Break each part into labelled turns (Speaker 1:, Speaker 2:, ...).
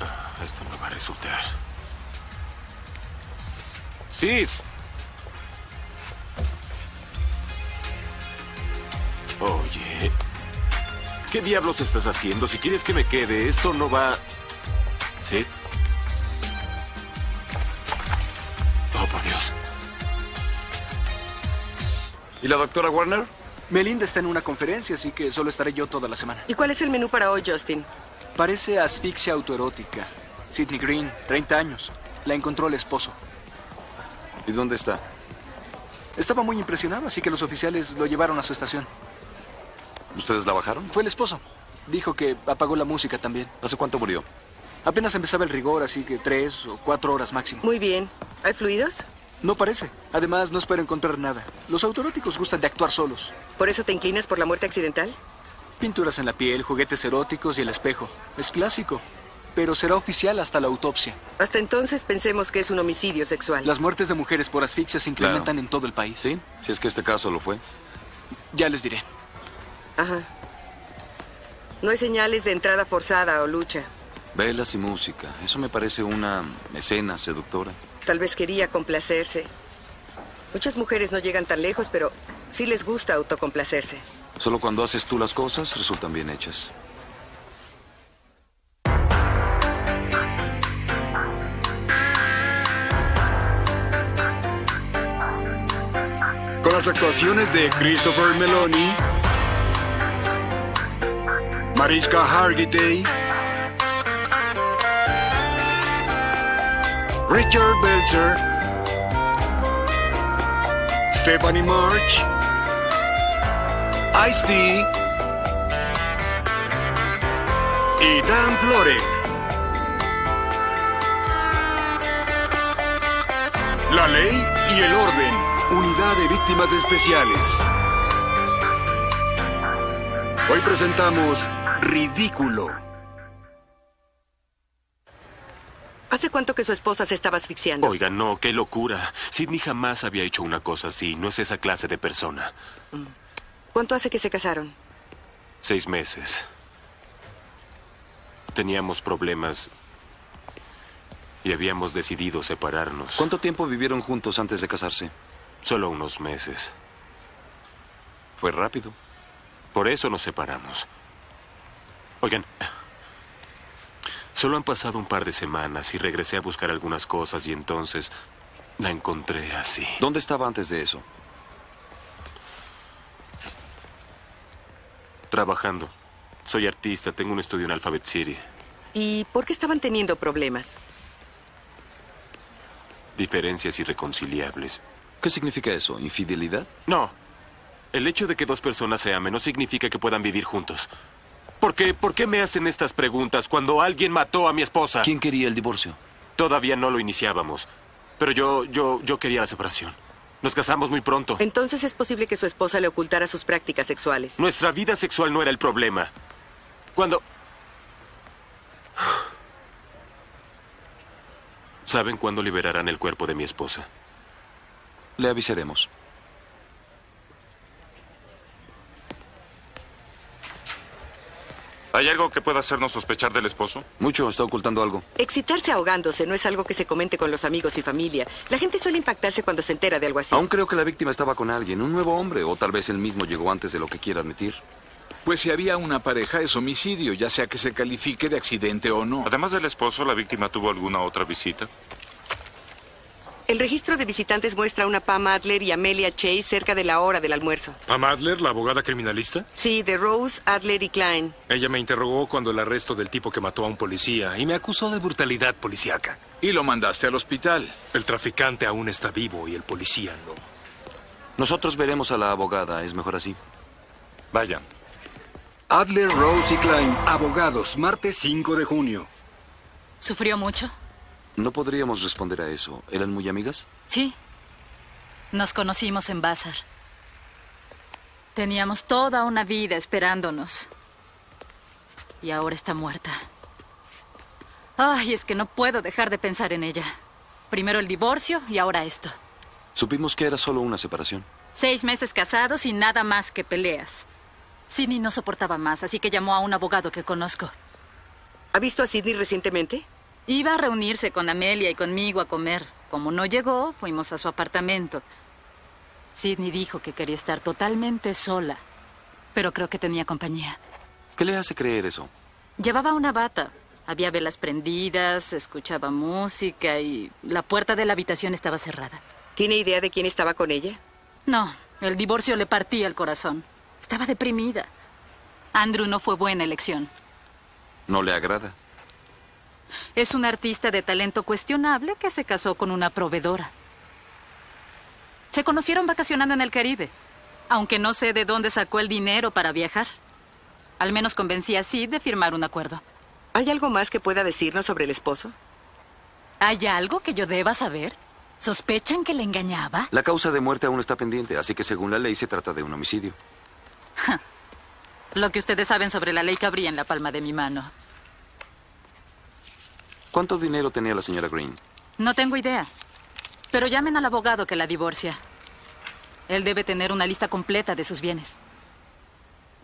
Speaker 1: Ah, Esto no va a resultar. Sid. Oye. ¿Qué diablos estás haciendo? Si quieres que me quede, esto no va... Sid. Oh, por Dios.
Speaker 2: ¿Y la doctora Warner?
Speaker 3: Melinda está en una conferencia, así que solo estaré yo toda la semana.
Speaker 4: ¿Y cuál es el menú para hoy, Justin?
Speaker 3: Parece asfixia autoerótica. Sidney Green, 30 años. La encontró el esposo.
Speaker 2: ¿Y dónde está?
Speaker 3: Estaba muy impresionado, así que los oficiales lo llevaron a su estación.
Speaker 2: ¿Ustedes la bajaron?
Speaker 3: Fue el esposo. Dijo que apagó la música también.
Speaker 2: ¿Hace cuánto murió?
Speaker 3: Apenas empezaba el rigor, así que tres o cuatro horas máximo.
Speaker 4: Muy bien. ¿Hay fluidos?
Speaker 3: No parece. Además, no espero encontrar nada. Los autoróticos gustan de actuar solos.
Speaker 4: ¿Por eso te inclinas por la muerte accidental?
Speaker 3: Pinturas en la piel, juguetes eróticos y el espejo. Es clásico. Pero será oficial hasta la autopsia.
Speaker 4: Hasta entonces pensemos que es un homicidio sexual.
Speaker 3: Las muertes de mujeres por asfixia se incrementan
Speaker 2: Claro.
Speaker 3: en todo el país.
Speaker 2: Sí, si es que este caso lo fue.
Speaker 3: Ya les diré.
Speaker 4: Ajá. No hay señales de entrada forzada o lucha.
Speaker 2: Velas y música. Eso me parece una escena seductora.
Speaker 4: Tal vez quería complacerse. Muchas mujeres no llegan tan lejos, pero sí les gusta autocomplacerse.
Speaker 2: Solo cuando haces tú las cosas resultan bien hechas.
Speaker 5: Con las actuaciones de Christopher Meloni, Mariska Hargitay, Richard Belzer, Stephanie March, Ice-T y Dan Florek. La ley y el orden. Unidad de Víctimas Especiales. Hoy presentamos Ridículo.
Speaker 4: ¿Hace cuánto que su esposa se estaba asfixiando?
Speaker 1: Oiga, no, qué locura. Sidney jamás había hecho una cosa así. No es esa clase de persona.
Speaker 4: ¿Cuánto hace que se casaron?
Speaker 1: Seis meses. Teníamos problemas y habíamos decidido separarnos.
Speaker 2: ¿Cuánto tiempo vivieron juntos antes de casarse?
Speaker 1: Solo unos meses.
Speaker 2: Fue rápido.
Speaker 1: Por eso nos separamos. Oigan, solo han pasado un par de semanas y regresé a buscar algunas cosas y entonces la encontré así.
Speaker 2: ¿Dónde estaba antes de eso?
Speaker 1: Trabajando. Soy artista, tengo un estudio en Alphabet City.
Speaker 4: ¿Y por qué estaban teniendo problemas?
Speaker 1: Diferencias irreconciliables.
Speaker 2: ¿Qué significa eso? ¿Infidelidad?
Speaker 1: No. El hecho de que dos personas se amen no significa que puedan vivir juntos. ¿Por qué, ¿Por qué me hacen estas preguntas cuando alguien mató a mi esposa?
Speaker 2: ¿Quién quería el divorcio?
Speaker 1: Todavía no lo iniciábamos. Pero yo, yo, yo quería la separación. Nos casamos muy pronto.
Speaker 4: Entonces es posible que su esposa le ocultara sus prácticas sexuales.
Speaker 1: Nuestra vida sexual no era el problema. Cuando... ¿Saben cuándo liberarán el cuerpo de mi esposa?
Speaker 2: Le avisaremos.
Speaker 6: ¿Hay algo que pueda hacernos sospechar del esposo?
Speaker 2: Mucho está ocultando algo.
Speaker 4: Excitarse ahogándose no es algo que se comente con los amigos y familia. La gente suele impactarse cuando se entera de algo así.
Speaker 2: Aún creo que la víctima estaba con alguien, un nuevo hombre, o tal vez él mismo llegó antes de lo que quiera admitir.
Speaker 7: Pues si había una pareja es homicidio, ya sea que se califique de accidente o no.
Speaker 6: Además del esposo, ¿la víctima tuvo alguna otra visita?
Speaker 4: El registro de visitantes muestra una Pam Adler y Amelia Chase cerca de la hora del almuerzo.
Speaker 8: ¿A Madler, la abogada criminalista?
Speaker 4: Sí, de Rose, Adler y Klein.
Speaker 8: Ella me interrogó cuando el arresto del tipo que mató a un policía y me acusó de brutalidad policíaca.
Speaker 7: Y lo mandaste al hospital.
Speaker 8: El traficante aún está vivo y el policía no.
Speaker 2: Nosotros veremos a la abogada, es mejor así.
Speaker 6: Vaya.
Speaker 5: Adler, Rose y Klein, abogados, martes 5 de junio.
Speaker 9: ¿Sufrió mucho?
Speaker 2: No podríamos responder a eso. ¿Eran muy amigas?
Speaker 9: Sí. Nos conocimos en Bazar. Teníamos toda una vida esperándonos. Y ahora está muerta. Ay, es que no puedo dejar de pensar en ella. Primero el divorcio y ahora esto.
Speaker 2: Supimos que era solo una separación.
Speaker 9: Seis meses casados y nada más que peleas. Sidney no soportaba más, así que llamó a un abogado que conozco.
Speaker 4: ¿Ha visto a Sidney recientemente?
Speaker 9: Iba a reunirse con Amelia y conmigo a comer. Como no llegó, fuimos a su apartamento. Sidney dijo que quería estar totalmente sola, pero creo que tenía compañía.
Speaker 2: ¿Qué le hace creer eso?
Speaker 9: Llevaba una bata, había velas prendidas, escuchaba música y la puerta de la habitación estaba cerrada.
Speaker 4: ¿Tiene idea de quién estaba con ella?
Speaker 9: No, el divorcio le partía el corazón. Estaba deprimida. Andrew no fue buena elección.
Speaker 2: No le agrada.
Speaker 9: Es un artista de talento cuestionable que se casó con una proveedora. Se conocieron vacacionando en el Caribe, aunque no sé de dónde sacó el dinero para viajar. Al menos convencí a Sid de firmar un acuerdo.
Speaker 4: ¿Hay algo más que pueda decirnos sobre el esposo?
Speaker 9: ¿Hay algo que yo deba saber? ¿Sospechan que le engañaba?
Speaker 2: La causa de muerte aún está pendiente, así que según la ley se trata de un homicidio.
Speaker 9: Lo que ustedes saben sobre la ley cabría en la palma de mi mano.
Speaker 2: ¿Cuánto dinero tenía la señora Green?
Speaker 9: No tengo idea. Pero llamen al abogado que la divorcia. Él debe tener una lista completa de sus bienes.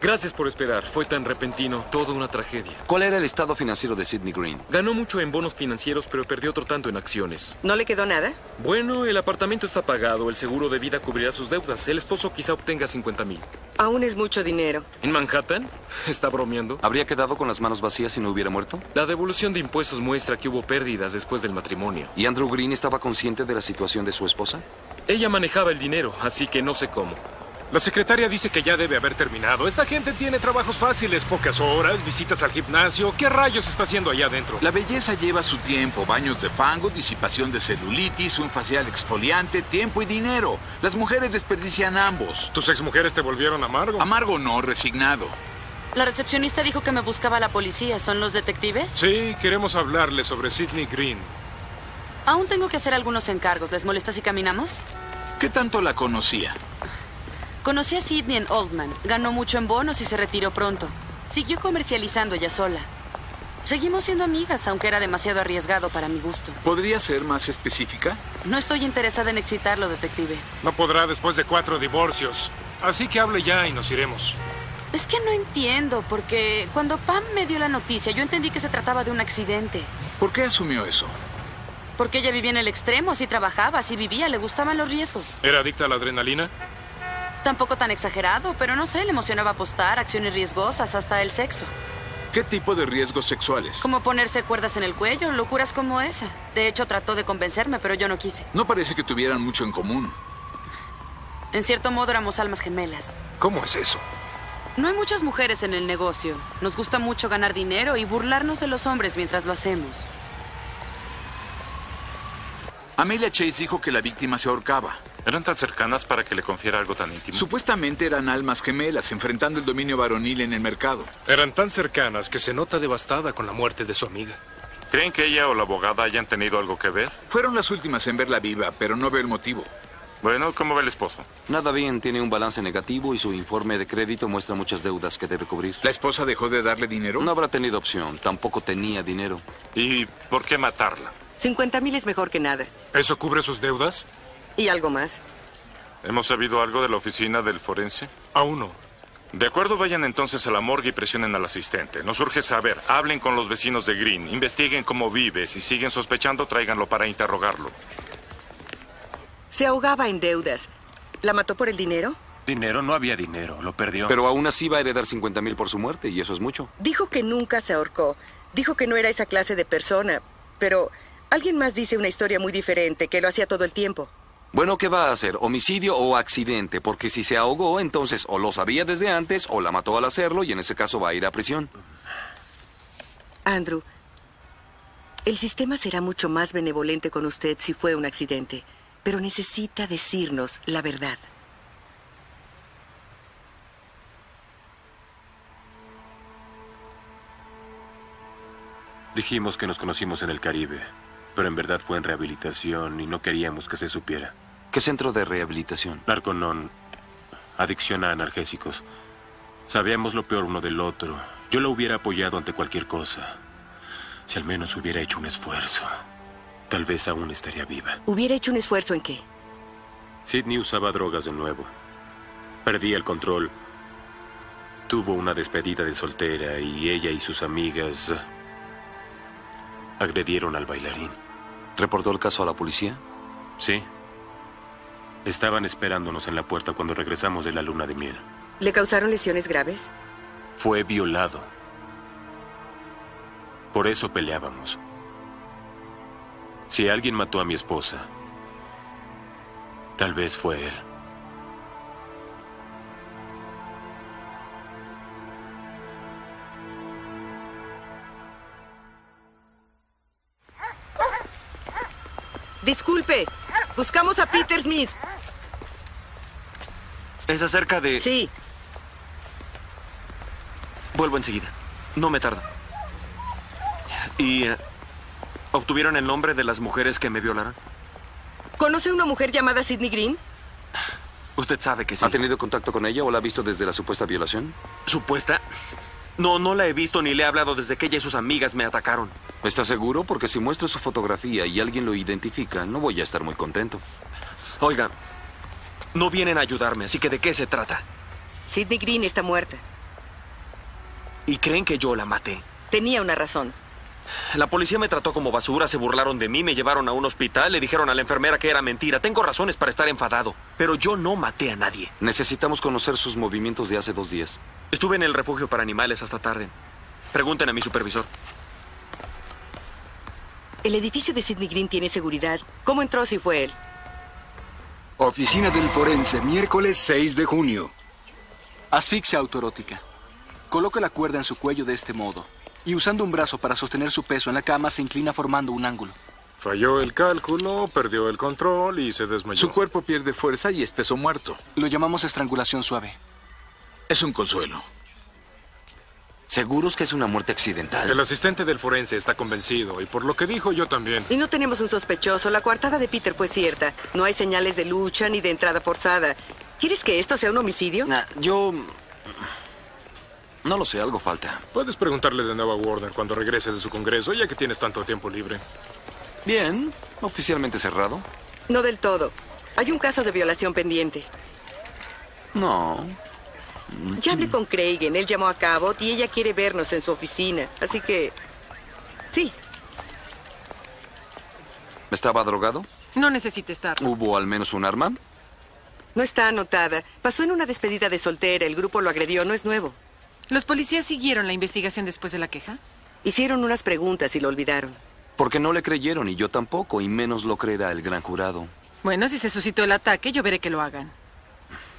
Speaker 8: Gracias por esperar. Fue tan repentino. Toda una tragedia.
Speaker 2: ¿Cuál era el estado financiero de Sidney Green?
Speaker 8: Ganó mucho en bonos financieros, pero perdió otro tanto en acciones.
Speaker 4: ¿No le quedó nada?
Speaker 8: Bueno, el apartamento está pagado. El seguro de vida cubrirá sus deudas. El esposo quizá obtenga 50 mil.
Speaker 4: Aún es mucho dinero.
Speaker 8: ¿En Manhattan? ¿Está bromeando?
Speaker 2: ¿Habría quedado con las manos vacías si no hubiera muerto?
Speaker 8: La devolución de impuestos muestra que hubo pérdidas después del matrimonio.
Speaker 2: ¿Y Andrew Green estaba consciente de la situación de su esposa?
Speaker 8: Ella manejaba el dinero, así que no sé cómo.
Speaker 10: La secretaria dice que ya debe haber terminado. Esta gente tiene trabajos fáciles, pocas horas, visitas al gimnasio. ¿Qué rayos está haciendo allá adentro?
Speaker 11: La belleza lleva su tiempo, baños de fango, disipación de celulitis, un facial exfoliante, tiempo y dinero. Las mujeres desperdician ambos.
Speaker 10: ¿Tus exmujeres te volvieron amargo?
Speaker 11: Amargo no, resignado.
Speaker 12: La recepcionista dijo que me buscaba la policía. ¿Son los detectives?
Speaker 10: Sí, queremos hablarle sobre Sidney Green.
Speaker 12: Aún tengo que hacer algunos encargos. ¿Les molesta si caminamos?
Speaker 11: ¿Qué tanto la conocía?
Speaker 12: Conocí a Sidney en Oldman. Ganó mucho en bonos y se retiró pronto. Siguió comercializando ella sola. Seguimos siendo amigas, aunque era demasiado arriesgado para mi gusto.
Speaker 11: ¿Podría ser más específica?
Speaker 12: No estoy interesada en excitarlo, detective.
Speaker 10: No podrá después de cuatro divorcios. Así que hable ya y nos iremos.
Speaker 12: Es que no entiendo, porque cuando Pam me dio la noticia, yo entendí que se trataba de un accidente.
Speaker 11: ¿Por qué asumió eso?
Speaker 12: Porque ella vivía en el extremo, así trabajaba, así vivía, le gustaban los riesgos.
Speaker 10: ¿Era adicta a la adrenalina?
Speaker 12: Tampoco tan exagerado, pero no sé, le emocionaba apostar, acciones riesgosas, hasta el sexo.
Speaker 11: ¿Qué tipo de riesgos sexuales?
Speaker 12: Como ponerse cuerdas en el cuello, locuras como esa. De hecho, trató de convencerme, pero yo no quise.
Speaker 11: No parece que tuvieran mucho en común.
Speaker 12: En cierto modo éramos almas gemelas.
Speaker 10: ¿Cómo es eso?
Speaker 12: No hay muchas mujeres en el negocio. Nos gusta mucho ganar dinero y burlarnos de los hombres mientras lo hacemos.
Speaker 11: Amelia Chase dijo que la víctima se ahorcaba.
Speaker 6: ¿Eran tan cercanas para que le confiera algo tan íntimo?
Speaker 11: Supuestamente eran almas gemelas enfrentando el dominio varonil en el mercado.
Speaker 8: Eran tan cercanas que se nota devastada con la muerte de su amiga.
Speaker 6: ¿Creen que ella o la abogada hayan tenido algo que ver?
Speaker 11: Fueron las últimas en verla viva, Ah, pero no veo el motivo.
Speaker 6: Bueno, ¿cómo ve el esposo?
Speaker 2: Nada bien, tiene un balance negativo y su informe de crédito muestra muchas deudas que debe cubrir.
Speaker 11: ¿La esposa dejó de darle dinero?
Speaker 2: No habrá tenido opción, tampoco tenía dinero.
Speaker 6: ¿Y por qué matarla?
Speaker 4: 50 mil es mejor que nada.
Speaker 10: ¿Eso cubre sus deudas?
Speaker 4: Y algo más.
Speaker 6: ¿Hemos sabido algo de la oficina del forense?
Speaker 10: Aún no.
Speaker 6: De acuerdo, vayan entonces a la morgue y presionen al asistente. Nos urge saber. Hablen con los vecinos de Green, investiguen cómo vive. Si siguen sospechando, tráiganlo para interrogarlo.
Speaker 4: Se ahogaba en deudas. ¿La mató por el dinero?
Speaker 1: Dinero, no había dinero, lo perdió.
Speaker 2: Pero aún así va a heredar 50 mil por su muerte y eso es mucho.
Speaker 4: Dijo que nunca se ahorcó. Dijo que no era esa clase de persona. Pero alguien más dice una historia muy diferente, que lo hacía todo el tiempo.
Speaker 2: Bueno, ¿qué va a hacer? ¿Homicidio o accidente? Porque si se ahogó, entonces o lo sabía desde antes o la mató al hacerlo y en ese caso va a ir a prisión.
Speaker 4: Andrew, el sistema será mucho más benevolente con usted si fue un accidente, pero necesita decirnos la verdad.
Speaker 1: Dijimos que nos conocimos en el Caribe, pero en verdad fue en rehabilitación y no queríamos que se supiera.
Speaker 2: ¿Qué centro de rehabilitación?
Speaker 1: Narconon, adicción a analgésicos. Sabíamos lo peor uno del otro. Yo lo hubiera apoyado ante cualquier cosa. Si al menos hubiera hecho un esfuerzo, tal vez aún estaría viva.
Speaker 4: ¿Hubiera hecho un esfuerzo en qué?
Speaker 1: Sidney usaba drogas de nuevo. Perdí el control. Tuvo una despedida de soltera y ella y sus amigas eh, agredieron al bailarín.
Speaker 2: ¿Reportó el caso a la policía?
Speaker 1: Sí. Estaban esperándonos en la puerta cuando regresamos de la luna de miel.
Speaker 4: ¿Le causaron lesiones graves?
Speaker 1: Fue violado. Por eso peleábamos. Si alguien mató a mi esposa, tal vez fue él.
Speaker 4: Disculpe, buscamos a Peter Smith.
Speaker 13: Es acerca de...
Speaker 4: Sí.
Speaker 13: Vuelvo enseguida. No me tardo. ¿Y eh, obtuvieron el nombre de las mujeres que me violaron?
Speaker 4: ¿Conoce una mujer llamada Sidney Green?
Speaker 13: Usted sabe que sí.
Speaker 2: ¿Ha tenido contacto con ella o la ha visto desde la supuesta violación?
Speaker 13: ¿Supuesta? No, no la he visto ni le he hablado desde que ella y sus amigas me atacaron.
Speaker 2: ¿Está seguro? Porque si muestro su fotografía y alguien lo identifica, no voy a estar muy contento.
Speaker 13: Oigan, no vienen a ayudarme, así que ¿de qué se trata?
Speaker 4: Sidney Green está muerta.
Speaker 13: ¿Y creen que yo la maté?
Speaker 4: Tenía una razón.
Speaker 13: La policía me trató como basura, se burlaron de mí, me llevaron a un hospital, le dijeron a la enfermera que era mentira. Tengo razones para estar enfadado, pero yo no maté a nadie.
Speaker 2: Necesitamos conocer sus movimientos de hace dos días.
Speaker 13: Estuve en el refugio para animales hasta tarde. Pregunten a mi supervisor.
Speaker 4: El edificio de Sidney Green tiene seguridad. ¿Cómo entró si fue él?
Speaker 5: Oficina del Forense, miércoles 6 de junio.
Speaker 3: Asfixia autoerótica. Coloca la cuerda en su cuello de este modo y usando un brazo para sostener su peso en la cama se inclina formando un ángulo.
Speaker 10: Falló el cálculo, perdió el control y se desmayó.
Speaker 7: Su cuerpo pierde fuerza y es peso muerto.
Speaker 3: Lo llamamos estrangulación suave.
Speaker 11: Es un consuelo.
Speaker 2: ¿Seguros que es una muerte accidental?
Speaker 10: El asistente del forense está convencido y por lo que dijo yo también.
Speaker 4: Y no tenemos un sospechoso. La coartada de Peter fue cierta. No hay señales de lucha ni de entrada forzada. ¿Quieres que esto sea un homicidio?
Speaker 2: Nah, yo... No lo sé, algo falta.
Speaker 10: Puedes preguntarle de nuevo a Warner cuando regrese de su congreso, ya que tienes tanto tiempo libre.
Speaker 2: Bien, oficialmente cerrado.
Speaker 4: No del todo. Hay un caso de violación pendiente.
Speaker 2: No. Mm,
Speaker 4: Ya hablé con Cragen, él llamó a Cabot y ella quiere vernos en su oficina, así que... Sí,
Speaker 2: ¿Estaba drogado?
Speaker 14: No necesita estarlo.
Speaker 2: ¿Hubo al menos un arma?
Speaker 4: no está anotada. Pasó en una despedida de soltera, el grupo lo agredió, no es nuevo.
Speaker 14: ¿Los policías siguieron la investigación después de la queja?
Speaker 4: Hicieron unas preguntas y lo olvidaron.
Speaker 2: Porque no le creyeron y yo tampoco, y menos lo creerá el gran jurado.
Speaker 14: Bueno, si se suscitó el ataque, yo veré que lo hagan.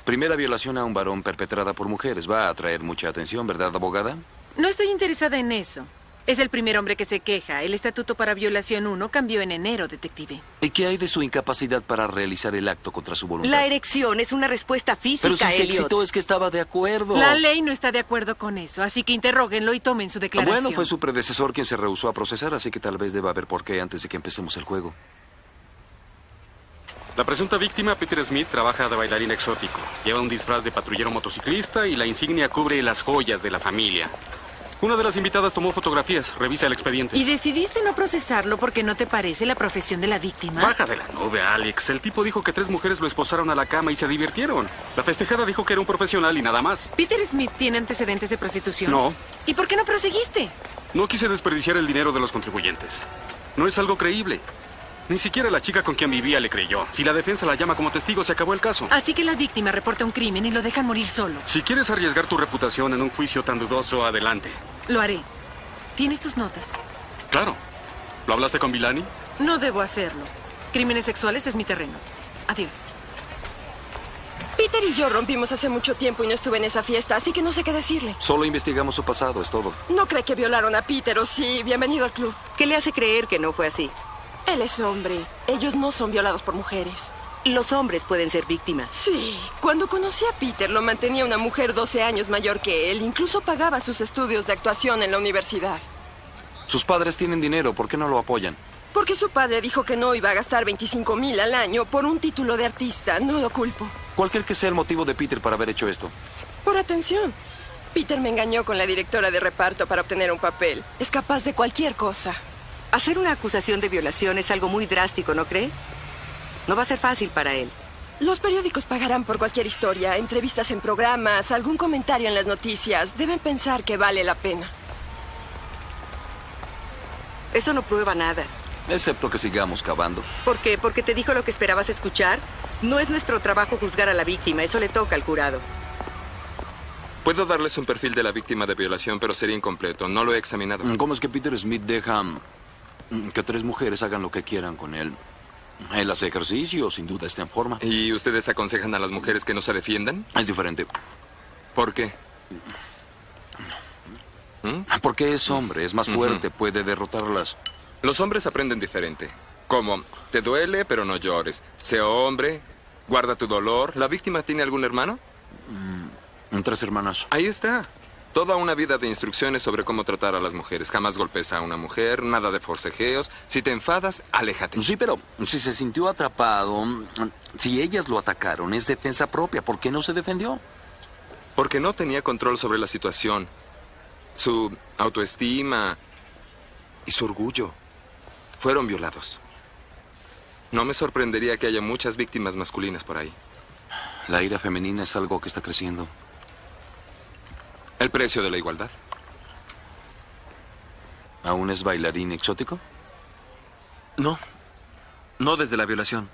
Speaker 2: Primera violación a un varón perpetrada por mujeres va a atraer mucha atención, ¿verdad, abogada?
Speaker 14: No estoy interesada en eso. Es el primer hombre que se queja. El estatuto para violación 1 cambió en enero, detective.
Speaker 2: ¿Y qué hay de su incapacidad para realizar el acto contra su voluntad?
Speaker 4: La erección es una respuesta física,
Speaker 2: Pero si se
Speaker 4: Elliot.
Speaker 2: excitó es que estaba de acuerdo.
Speaker 14: La ley no está de acuerdo con eso, así que interróguenlo y tomen su
Speaker 2: Ah,
Speaker 14: declaración.
Speaker 2: Bueno, fue su predecesor quien se rehusó a procesar, así que tal vez deba haber por qué antes de que empecemos el juego.
Speaker 15: La presunta víctima, Peter Smith, trabaja de bailarín exótico. Lleva un disfraz de patrullero motociclista y la insignia cubre las joyas de la familia. Una de las invitadas tomó fotografías. Revisa el expediente.
Speaker 14: ¿Y decidiste no procesarlo porque no te parece la profesión de la víctima?
Speaker 15: Baja de la nube, Alex. El tipo dijo que tres mujeres lo esposaron a la cama y se divirtieron. La festejada dijo que era un profesional y nada más.
Speaker 14: ¿Peter Smith tiene antecedentes de prostitución?
Speaker 15: No.
Speaker 14: ¿Y por qué no proseguiste?
Speaker 15: No quise desperdiciar el dinero de los contribuyentes. No es algo creíble. Ni siquiera la chica con quien vivía le creyó. Si la defensa la llama como testigo, se acabó el caso.
Speaker 14: Así que la víctima reporta un crimen y lo dejan morir solo.
Speaker 15: Si quieres arriesgar tu reputación en un juicio tan dudoso, adelante.
Speaker 14: Lo haré. ¿Tienes tus notas?
Speaker 15: Claro. ¿Lo hablaste con Vilani?
Speaker 14: No debo hacerlo. Crímenes sexuales es mi terreno. Adiós.
Speaker 16: Peter y yo rompimos hace mucho tiempo y no estuve en esa fiesta, así que no sé qué decirle.
Speaker 2: Solo investigamos su pasado, es todo.
Speaker 16: No cree que violaron a Peter, o sí, bienvenido al club.
Speaker 4: ¿Qué le hace creer que no fue así?
Speaker 16: Él es hombre. Ellos no son violados por mujeres.
Speaker 4: Los hombres pueden ser víctimas.
Speaker 16: Sí, cuando conocí a Peter lo mantenía una mujer 12 años mayor que él, incluso pagaba sus estudios de actuación en la universidad.
Speaker 2: Sus padres tienen dinero, ¿por qué no lo apoyan?
Speaker 16: Porque su padre dijo que no iba a gastar 25 mil al año por un título de artista. No lo culpo.
Speaker 2: Cualquier que sea el motivo de Peter para haber hecho esto.
Speaker 16: Por atención. Peter me engañó con la directora de reparto para obtener un papel. Es capaz de cualquier cosa.
Speaker 4: Hacer una acusación de violación es algo muy drástico, ¿no cree? No va a ser fácil para él.
Speaker 16: Los periódicos pagarán por cualquier historia, entrevistas en programas, algún comentario en las noticias. Deben pensar que vale la pena.
Speaker 4: Eso no prueba nada.
Speaker 2: Excepto que sigamos cavando.
Speaker 4: ¿Por qué? ¿Porque te dijo lo que esperabas escuchar? No es nuestro trabajo juzgar a la víctima, eso le toca al jurado.
Speaker 17: Puedo darles un perfil de la víctima de violación, pero sería incompleto. No lo he examinado.
Speaker 2: Mm, ¿Cómo es que Peter Smith deja mm, que tres mujeres hagan lo que quieran con él? Él hace ejercicio, sin duda está en forma.
Speaker 17: ¿Y ustedes aconsejan a las mujeres que no se defiendan?
Speaker 2: Es diferente.
Speaker 17: ¿Por qué?
Speaker 2: Mm.
Speaker 17: ¿Mm?
Speaker 2: Porque es hombre, es más fuerte, puede derrotarlas.
Speaker 17: Los hombres aprenden diferente. Como, te duele, pero no llores. Sea hombre, guarda tu dolor. ¿La víctima tiene algún hermano?
Speaker 2: Mm, Tres hermanas.
Speaker 17: Ahí está. Toda una vida de instrucciones sobre cómo tratar a las mujeres. Jamás golpes a una mujer, nada de forcejeos. Si te enfadas, aléjate.
Speaker 2: Sí, pero si se sintió atrapado, mm, si ellas lo atacaron, es defensa propia. ¿Por qué no se defendió?
Speaker 17: Porque no tenía control sobre la situación. Su autoestima y su orgullo fueron violados. No me sorprendería que haya muchas víctimas masculinas por ahí.
Speaker 2: La ira femenina es algo que está creciendo.
Speaker 17: El precio de la igualdad.
Speaker 2: ¿Aún es bailarín exótico?
Speaker 13: No. No desde la violación.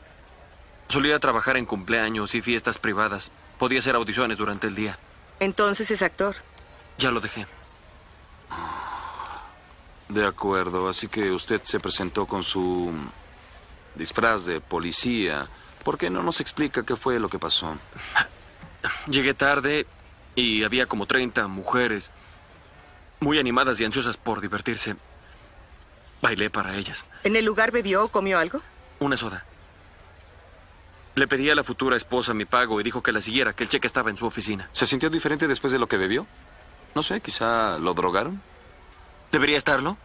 Speaker 13: Solía trabajar en cumpleaños y fiestas privadas. Podía hacer audiciones durante el día.
Speaker 4: Entonces es actor.
Speaker 13: Ya lo dejé.
Speaker 2: De acuerdo, así que usted se presentó con su disfraz de policía. ¿Por qué no nos explica qué fue lo que pasó?
Speaker 13: Llegué tarde y había como 30 mujeres muy animadas y ansiosas por divertirse. Bailé para ellas.
Speaker 4: ¿En el lugar bebió o comió algo?
Speaker 13: Una soda. Le pedí a la futura esposa mi pago y dijo que la siguiera, que el cheque estaba en su oficina.
Speaker 2: ¿Se sintió diferente después de lo que bebió? No sé, quizá lo drogaron.
Speaker 13: ¿Debería estarlo?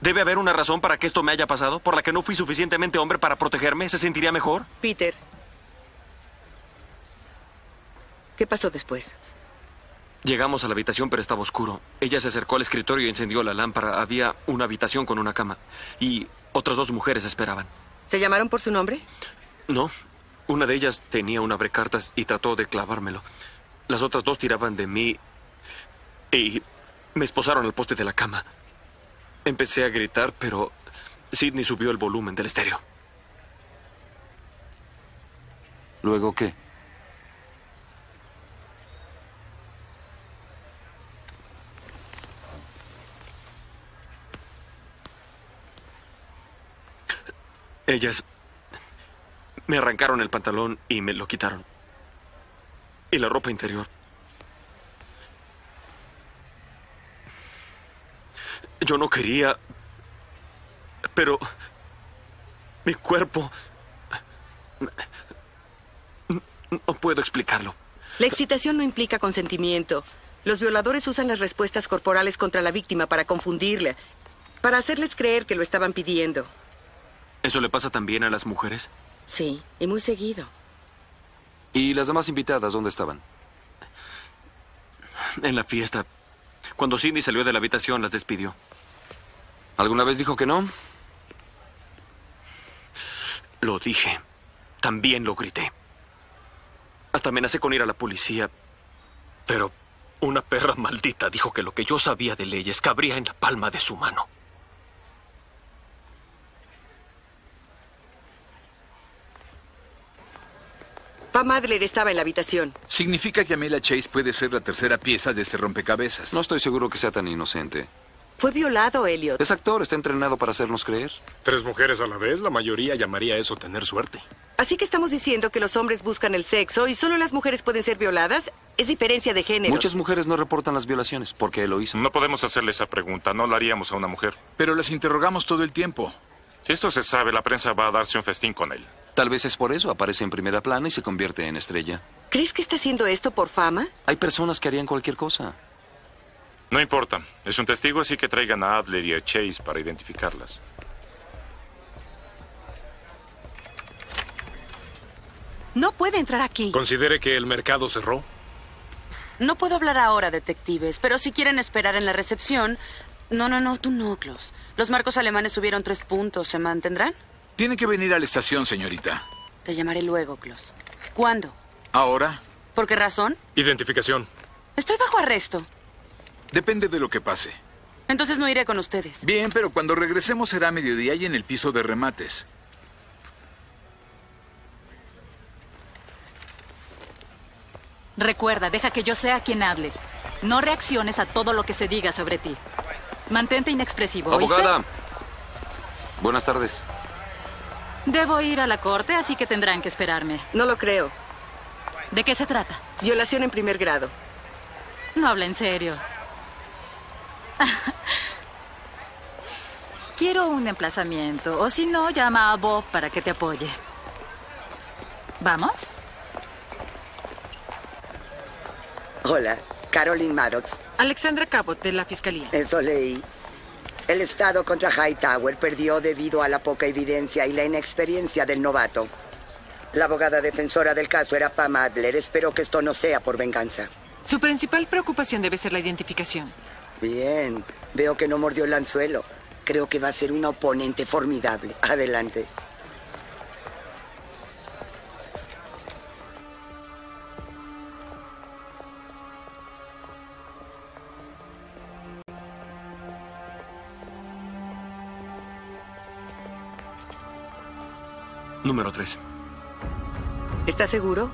Speaker 13: ¿Debe haber una razón para que esto me haya pasado? ¿Por la que no fui suficientemente hombre para protegerme? ¿Se sentiría mejor?
Speaker 4: Peter. ¿Qué pasó después?
Speaker 13: Llegamos a la habitación, pero estaba oscuro. Ella se acercó al escritorio y encendió la lámpara. Había una habitación con una cama. Y otras dos mujeres esperaban.
Speaker 4: ¿Se llamaron por su nombre?
Speaker 13: No. Una de ellas tenía un abrecartas y trató de clavármelo. Las otras dos tiraban de mí y me esposaron al poste de la cama. Empecé a gritar, pero Sidney subió el volumen del estéreo.
Speaker 2: ¿Luego qué?
Speaker 13: Ellas me arrancaron el pantalón y me lo quitaron. Y la ropa interior. Yo no quería... Pero... Mi cuerpo... No puedo explicarlo.
Speaker 4: La excitación no implica consentimiento. Los violadores usan las respuestas corporales contra la víctima para confundirla, para hacerles creer que lo estaban pidiendo.
Speaker 13: ¿Eso le pasa también a las mujeres?
Speaker 4: Sí, y muy seguido.
Speaker 2: ¿Y las demás invitadas dónde estaban?
Speaker 13: En la fiesta. Cuando Cindy salió de la habitación, las despidió.
Speaker 2: ¿Alguna vez dijo que no?
Speaker 13: Lo dije. También lo grité. Hasta amenacé con ir a la policía. Pero una perra maldita dijo que lo que yo sabía de leyes cabría en la palma de su mano.
Speaker 4: Pam Adler estaba en la habitación.
Speaker 11: Significa que Amelia Chase puede ser la tercera pieza de este rompecabezas.
Speaker 2: No estoy seguro que sea tan inocente.
Speaker 4: Fue violado, Elliot.
Speaker 2: Es actor, está entrenado para hacernos creer.
Speaker 10: Tres mujeres a la vez, la mayoría llamaría eso tener suerte.
Speaker 4: Así que estamos diciendo que los hombres buscan el sexo y solo las mujeres pueden ser violadas. Es diferencia de género.
Speaker 2: Muchas mujeres no reportan las violaciones porque él lo hizo.
Speaker 6: No podemos hacerle esa pregunta, no la haríamos a una mujer.
Speaker 11: Pero las interrogamos todo el tiempo.
Speaker 6: Si esto se sabe, la prensa va a darse un festín con él.
Speaker 2: Tal vez es por eso, aparece en primera plana y se convierte en estrella.
Speaker 4: ¿Crees que está haciendo esto por fama?
Speaker 2: Hay personas que harían cualquier cosa.
Speaker 6: No importa. Es un testigo, así que traigan a Adler y a Chase para identificarlas.
Speaker 14: No puede entrar aquí.
Speaker 10: Considere que el mercado cerró.
Speaker 12: No puedo hablar ahora, detectives, pero si quieren esperar en la recepción... No, no, no, tú no, Klaus. Los marcos alemanes subieron tres puntos. ¿Se mantendrán?
Speaker 11: Tiene que venir a la estación, señorita.
Speaker 12: Te llamaré luego, Klaus. ¿Cuándo?
Speaker 11: Ahora,
Speaker 12: ¿Por qué razón?
Speaker 10: Identificación.
Speaker 12: Estoy bajo arresto.
Speaker 11: depende de lo que pase.
Speaker 12: Entonces no iré con ustedes.
Speaker 11: Bien, pero cuando regresemos será mediodía y en el piso de remates.
Speaker 9: Recuerda, deja que yo sea quien hable. No reacciones a todo lo que se diga sobre ti. Mantente inexpresivo. ¿oíste?
Speaker 2: Abogada. Buenas tardes.
Speaker 9: Debo ir a la corte, así que tendrán que esperarme.
Speaker 18: No lo creo.
Speaker 9: ¿De qué se trata?
Speaker 18: Violación en primer grado.
Speaker 9: No habla en serio. Quiero un emplazamiento, o si no, llama a Bob para que te apoye. ¿Vamos?
Speaker 19: Hola, Caroline Maddox.
Speaker 14: Alexandra Cabot, de la Fiscalía.
Speaker 19: Eso leí. El Estado contra Hightower perdió debido a la poca evidencia y la inexperiencia del novato. La abogada defensora del caso era Pam Adler. Espero que esto no sea por venganza.
Speaker 14: Su principal preocupación debe ser la identificación.
Speaker 19: Bien, veo que no mordió el anzuelo. Creo que va a ser una oponente formidable. Adelante.
Speaker 8: Número 3.
Speaker 18: ¿Está seguro?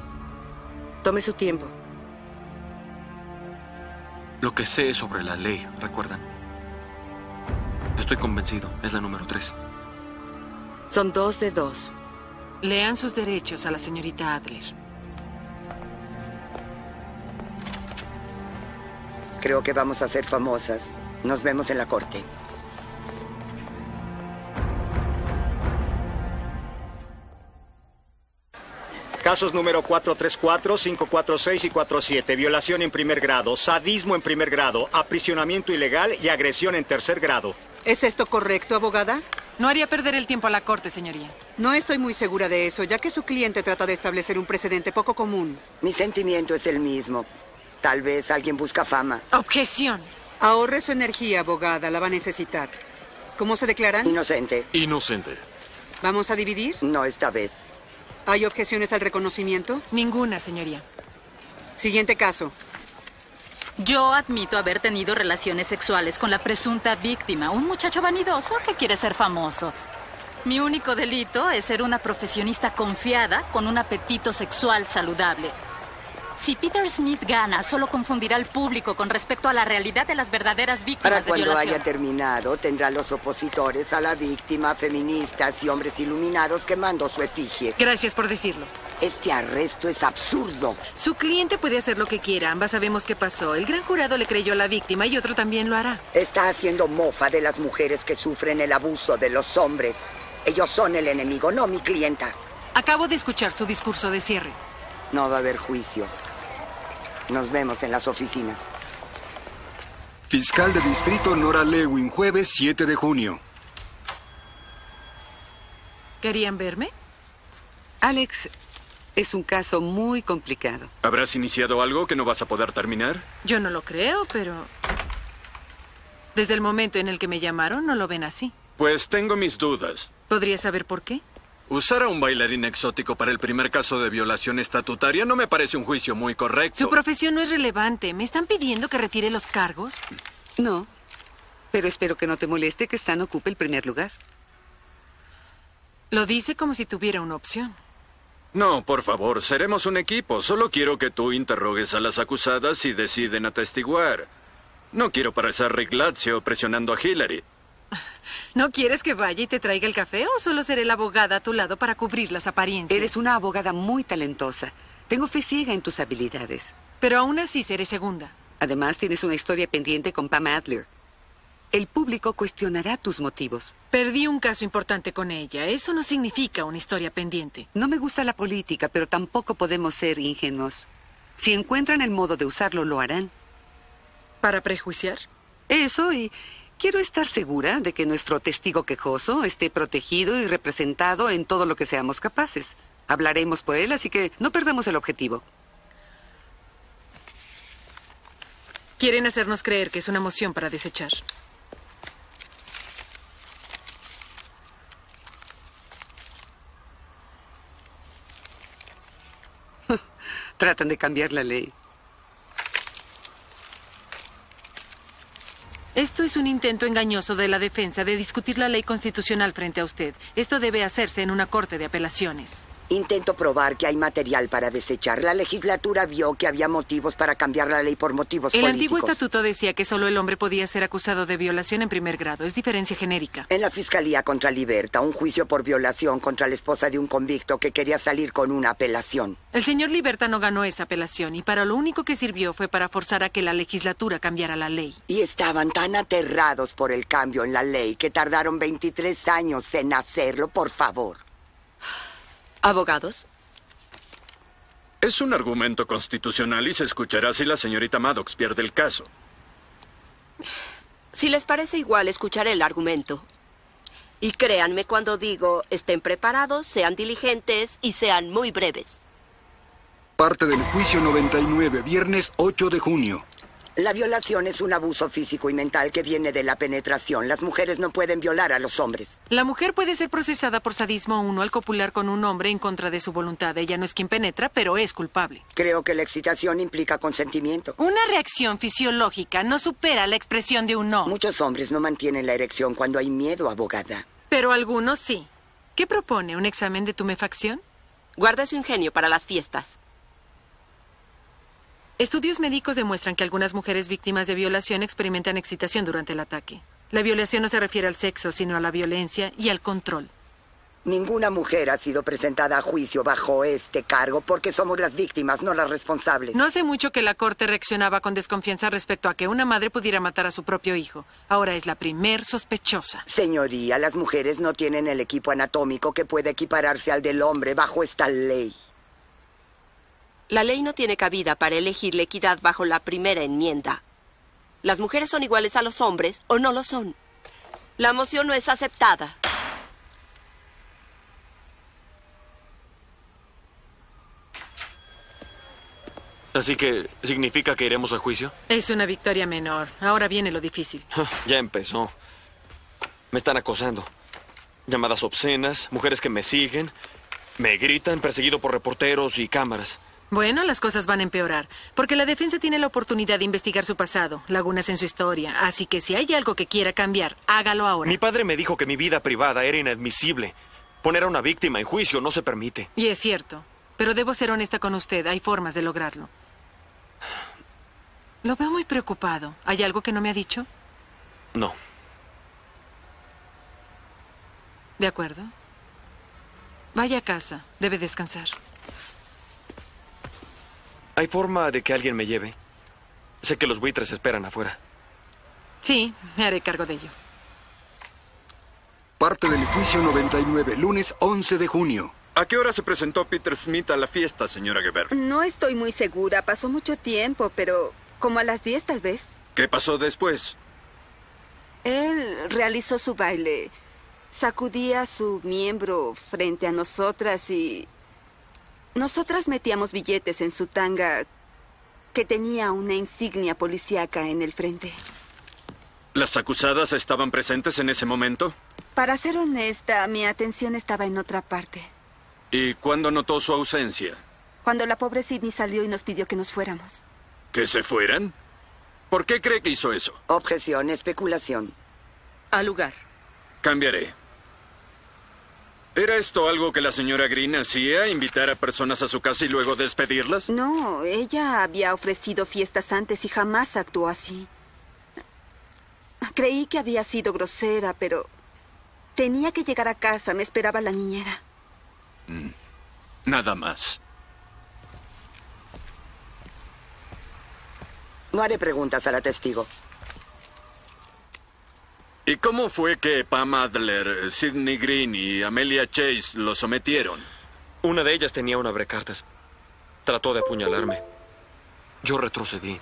Speaker 18: Tome su tiempo.
Speaker 8: Lo que sé sobre la ley, recuerdan. Estoy convencido, es la número 3.
Speaker 18: Son dos de dos.
Speaker 14: Lean sus derechos a la señorita Adler.
Speaker 19: Creo que vamos a ser famosas. Nos vemos en la corte.
Speaker 20: Casos número 434, 546 y 47. Violación en primer grado, sadismo en primer grado, aprisionamiento ilegal y agresión en tercer grado.
Speaker 21: ¿Es esto correcto, abogada?
Speaker 14: No haría perder el tiempo a la corte, señoría.
Speaker 21: No estoy muy segura de eso, ya que su cliente trata de establecer un precedente poco común.
Speaker 19: Mi sentimiento es el mismo. Tal vez alguien busca fama.
Speaker 14: Objeción.
Speaker 21: Ahorre su energía, abogada, la va a necesitar. ¿Cómo se declaran?
Speaker 19: Inocente.
Speaker 8: Inocente.
Speaker 21: ¿Vamos a dividir?
Speaker 19: No esta vez.
Speaker 21: ¿Hay objeciones al reconocimiento?
Speaker 14: Ninguna, señoría.
Speaker 21: Siguiente caso.
Speaker 9: Yo admito haber tenido relaciones sexuales con la presunta víctima, un muchacho vanidoso que quiere ser famoso. Mi único delito es ser una profesionista confiada con un apetito sexual saludable. Si Peter Smith gana, solo confundirá al público con respecto a la realidad de las verdaderas
Speaker 19: Para
Speaker 9: víctimas de
Speaker 19: cuando
Speaker 9: violación.
Speaker 19: haya terminado, tendrá los opositores a la víctima, feministas y hombres iluminados quemando su efigie.
Speaker 14: Gracias por decirlo.
Speaker 19: Este arresto es absurdo.
Speaker 14: Su cliente puede hacer lo que quiera. Ambas sabemos qué pasó. El gran jurado le creyó a la víctima y otro también lo hará.
Speaker 19: Está haciendo mofa de las mujeres que sufren el abuso de los hombres. Ellos son el enemigo, no mi clienta.
Speaker 14: Acabo de escuchar su discurso de cierre.
Speaker 19: No va a haber juicio. Nos vemos en las oficinas.
Speaker 5: Fiscal de Distrito Nora Lewin, jueves 7 de junio.
Speaker 14: ¿Querían verme?
Speaker 22: Alex, es un caso muy complicado.
Speaker 13: ¿Habrás iniciado algo que no vas a poder terminar?
Speaker 14: Yo no lo creo, pero... Desde el momento en el que me llamaron, no lo ven así.
Speaker 23: Pues tengo mis dudas.
Speaker 14: ¿Podría saber por qué?
Speaker 23: Usar a un bailarín exótico para el primer caso de violación estatutaria no me parece un juicio muy correcto.
Speaker 14: Su profesión no es relevante. ¿Me están pidiendo que retire los cargos?
Speaker 22: No, pero espero que no te moleste que Stan ocupe el primer lugar.
Speaker 14: Lo dice como si tuviera una opción.
Speaker 23: No, por favor, seremos un equipo. Solo quiero que tú interrogues a las acusadas si deciden atestiguar. No quiero parecer Rick Lazio presionando a Hillary.
Speaker 14: ¿No quieres que vaya y te traiga el café o solo seré la abogada a tu lado para cubrir las apariencias?
Speaker 22: Eres una abogada muy talentosa. Tengo fe ciega en tus habilidades.
Speaker 14: Pero aún así seré segunda.
Speaker 22: Además, tienes una historia pendiente con Pam Adler. El público cuestionará tus motivos.
Speaker 14: Perdí un caso importante con ella. Eso no significa una historia pendiente.
Speaker 22: No me gusta la política, pero tampoco podemos ser ingenuos. Si encuentran el modo de usarlo, lo harán.
Speaker 14: ¿Para prejuiciar?
Speaker 22: Eso y quiero estar segura de que nuestro testigo quejoso esté protegido y representado en todo lo que seamos capaces. Hablaremos por él, así que no perdamos el objetivo.
Speaker 14: Quieren hacernos creer que es una moción para desechar.
Speaker 22: Tratan de cambiar la ley.
Speaker 14: Esto es un intento engañoso de la defensa de discutir la ley constitucional frente a usted. Esto debe hacerse en una corte de apelaciones.
Speaker 19: Intento probar que hay material para desechar. La legislatura vio que había motivos para cambiar la ley por motivos
Speaker 14: El antiguo
Speaker 19: políticos.
Speaker 14: estatuto decía que solo el hombre podía ser acusado de violación en primer grado. Es diferencia genérica.
Speaker 19: En la Fiscalía contra Liberta, un juicio por violación contra la esposa de un convicto que quería salir con una apelación.
Speaker 14: El señor Liberta no ganó esa apelación y para lo único que sirvió fue para forzar a que la legislatura cambiara la ley.
Speaker 19: Y estaban tan aterrados por el cambio en la ley que tardaron 23 años en hacerlo, por favor.
Speaker 24: ¿Abogados?
Speaker 23: Es un argumento constitucional y se escuchará si la señorita Maddox pierde el caso.
Speaker 25: Si les parece igual, escucharé el argumento. Y créanme cuando digo, estén preparados, sean diligentes y sean muy breves.
Speaker 5: Parte del juicio 99, viernes 8 de junio.
Speaker 19: La violación es un abuso físico y mental que viene de la penetración. Las mujeres no pueden violar a los hombres.
Speaker 14: La mujer puede ser procesada por sadismo 1 al copular con un hombre en contra de su voluntad. Ella no es quien penetra, pero es culpable.
Speaker 19: Creo que la excitación implica consentimiento.
Speaker 14: Una reacción fisiológica no supera la expresión de un no.
Speaker 19: Muchos hombres no mantienen la erección cuando hay miedo, abogada.
Speaker 14: Pero algunos sí. ¿Qué propone? ¿Un examen de tumefacción?
Speaker 25: Guarda su ingenio para las fiestas.
Speaker 14: Estudios médicos demuestran que algunas mujeres víctimas de violación experimentan excitación durante el ataque. La violación no se refiere al sexo, sino a la violencia y al control.
Speaker 19: Ninguna mujer ha sido presentada a juicio bajo este cargo porque somos las víctimas, no las responsables.
Speaker 14: No hace mucho que la corte reaccionaba con desconfianza respecto a que una madre pudiera matar a su propio hijo. Ahora es la primer sospechosa.
Speaker 19: Señoría, las mujeres no tienen el equipo anatómico que puede equipararse al del hombre bajo esta ley.
Speaker 25: La ley no tiene cabida para elegir la equidad bajo la primera enmienda. Las mujeres son iguales a los hombres o no lo son. La moción no es aceptada.
Speaker 13: Así que, ¿significa que iremos a juicio?
Speaker 14: Es una victoria menor. Ahora viene lo difícil.
Speaker 13: Ya empezó. Me están acosando. Llamadas obscenas, mujeres que me siguen, me gritan, perseguido por reporteros y cámaras.
Speaker 14: Bueno, las cosas van a empeorar, porque la defensa tiene la oportunidad de investigar su pasado, lagunas en su historia, así que si hay algo que quiera cambiar, hágalo ahora.
Speaker 13: Mi padre me dijo que mi vida privada era inadmisible. Poner a una víctima en juicio no se permite.
Speaker 14: Y es cierto, pero debo ser honesta con usted, hay formas de lograrlo. Lo veo muy preocupado. ¿Hay algo que no me ha dicho?
Speaker 13: No.
Speaker 14: De acuerdo. Vaya a casa, debe descansar.
Speaker 13: ¿Hay forma de que alguien me lleve? Sé que los buitres esperan afuera.
Speaker 14: Sí, me haré cargo de ello.
Speaker 5: Parte del juicio 99, lunes 11 de junio.
Speaker 23: ¿A qué hora se presentó Peter Smith a la fiesta, señora Gebert?
Speaker 26: No estoy muy segura, pasó mucho tiempo, pero como a las 10 tal vez.
Speaker 23: ¿Qué pasó después?
Speaker 26: Él realizó su baile, sacudía su miembro frente a nosotras y... Nosotras metíamos billetes en su tanga que tenía una insignia policíaca en el frente.
Speaker 23: ¿Las acusadas estaban presentes en ese momento?
Speaker 26: Para ser honesta, mi atención estaba en otra parte.
Speaker 23: ¿Y cuándo notó su ausencia?
Speaker 26: Cuando la pobre Sidney salió y nos pidió que nos fuéramos.
Speaker 23: ¿Que se fueran? ¿Por qué cree que hizo eso?
Speaker 19: Objeción, especulación.
Speaker 25: Al lugar.
Speaker 23: Cambiaré. ¿Era esto algo que la señora Green hacía? ¿Invitar a personas a su casa y luego despedirlas?
Speaker 26: No, ella había ofrecido fiestas antes y jamás actuó así. Creí que había sido grosera, pero tenía que llegar a casa, me esperaba la niñera.
Speaker 23: Mm. Nada más.
Speaker 19: No haré preguntas a la testigo.
Speaker 23: ¿Y cómo fue que Pam Adler, Sidney Green y Amelia Chase lo sometieron?
Speaker 13: Una de ellas tenía un abrecartas. Trató de apuñalarme. Yo retrocedí.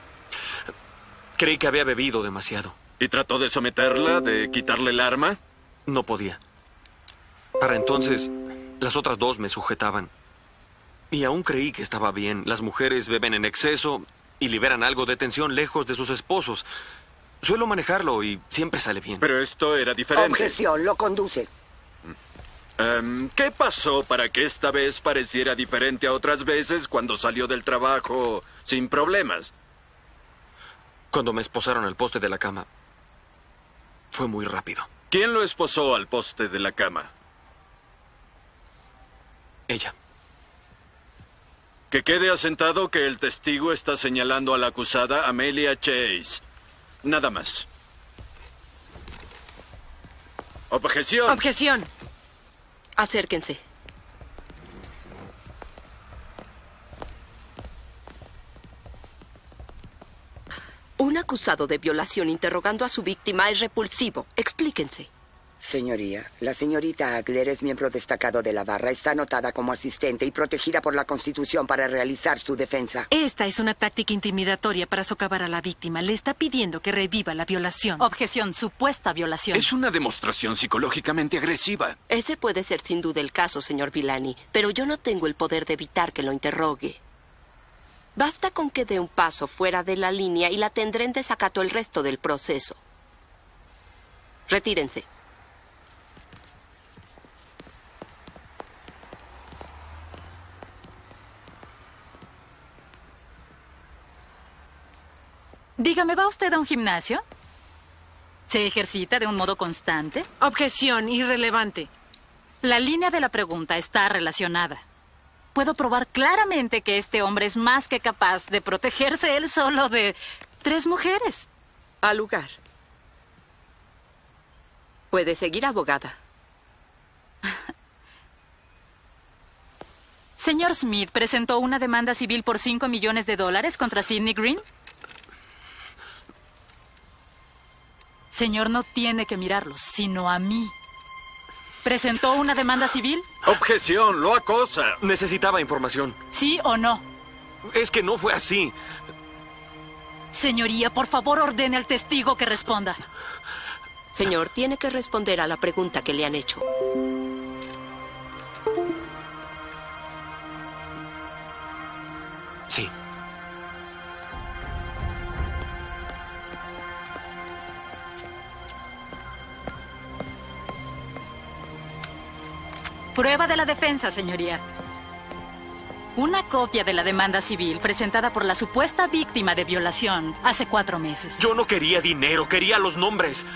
Speaker 13: Creí que había bebido demasiado.
Speaker 23: ¿Y trató de someterla, de quitarle el arma?
Speaker 13: No podía. Para entonces, las otras dos me sujetaban. Y aún creí que estaba bien. Las mujeres beben en exceso y liberan algo de tensión lejos de sus esposos. Suelo manejarlo y siempre sale bien.
Speaker 23: Pero esto era diferente.
Speaker 19: Objeción, lo conduce.
Speaker 23: Em, ¿Qué pasó para que esta vez pareciera diferente a otras veces cuando salió del trabajo sin problemas?
Speaker 13: Cuando me esposaron al poste de la cama, fue muy rápido.
Speaker 23: ¿Quién lo esposó al poste de la cama?
Speaker 13: Ella.
Speaker 23: Que quede asentado que el testigo está señalando a la acusada Amelia Chase. Nada más. Objeción.
Speaker 25: Objeción. Acérquense. Un acusado de violación interrogando a su víctima es repulsivo. Explíquense.
Speaker 19: Señoría, la señorita Agler es miembro destacado de la barra. Está anotada como asistente y protegida por la Constitución para realizar su defensa.
Speaker 14: Esta es una táctica intimidatoria para socavar a la víctima. Le está pidiendo que reviva la violación.
Speaker 9: Objeción, supuesta violación.
Speaker 23: Es una demostración psicológicamente agresiva.
Speaker 25: Ese puede ser sin duda el caso, señor Villani, pero yo no tengo el poder de evitar que lo interrogue. Basta con que dé un paso fuera de la línea y la tendré en desacato el resto del proceso. Retírense.
Speaker 9: Dígame, ¿va usted a un gimnasio? ¿Se ejercita de un modo constante?
Speaker 14: Objeción, irrelevante.
Speaker 9: La línea de la pregunta está relacionada. Puedo probar claramente que este hombre es más que capaz de protegerse él solo de tres mujeres.
Speaker 25: Al lugar. Puede seguir, abogada.
Speaker 9: Señor Smith presentó una demanda civil por 5 millones de dólares contra Sidney Green. Señor, no tiene que mirarlos, sino a mí. ¿Presentó una demanda civil?
Speaker 23: Objeción, lo acosa.
Speaker 13: Necesitaba información.
Speaker 9: ¿Sí o no?
Speaker 13: Es que no fue así.
Speaker 9: Señoría, por favor, ordene al testigo que responda.
Speaker 25: Señor, tiene que responder a la pregunta que le han hecho.
Speaker 13: Sí.
Speaker 9: Prueba de la defensa, señoría. Una copia de la demanda civil presentada por la supuesta víctima de violación hace cuatro meses.
Speaker 13: Yo no quería dinero, quería los nombres.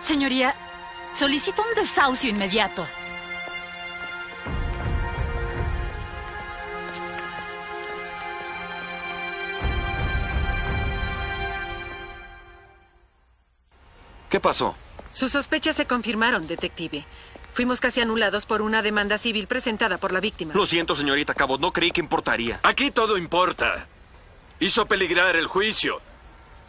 Speaker 9: Señoría, solicito un desahucio inmediato.
Speaker 27: ¿Qué pasó?
Speaker 14: Sus sospechas se confirmaron, detective. Fuimos casi anulados por una demanda civil presentada por la víctima.
Speaker 13: Lo siento, señorita Cabo, no creí que importaría.
Speaker 23: Aquí todo importa. Hizo peligrar el juicio.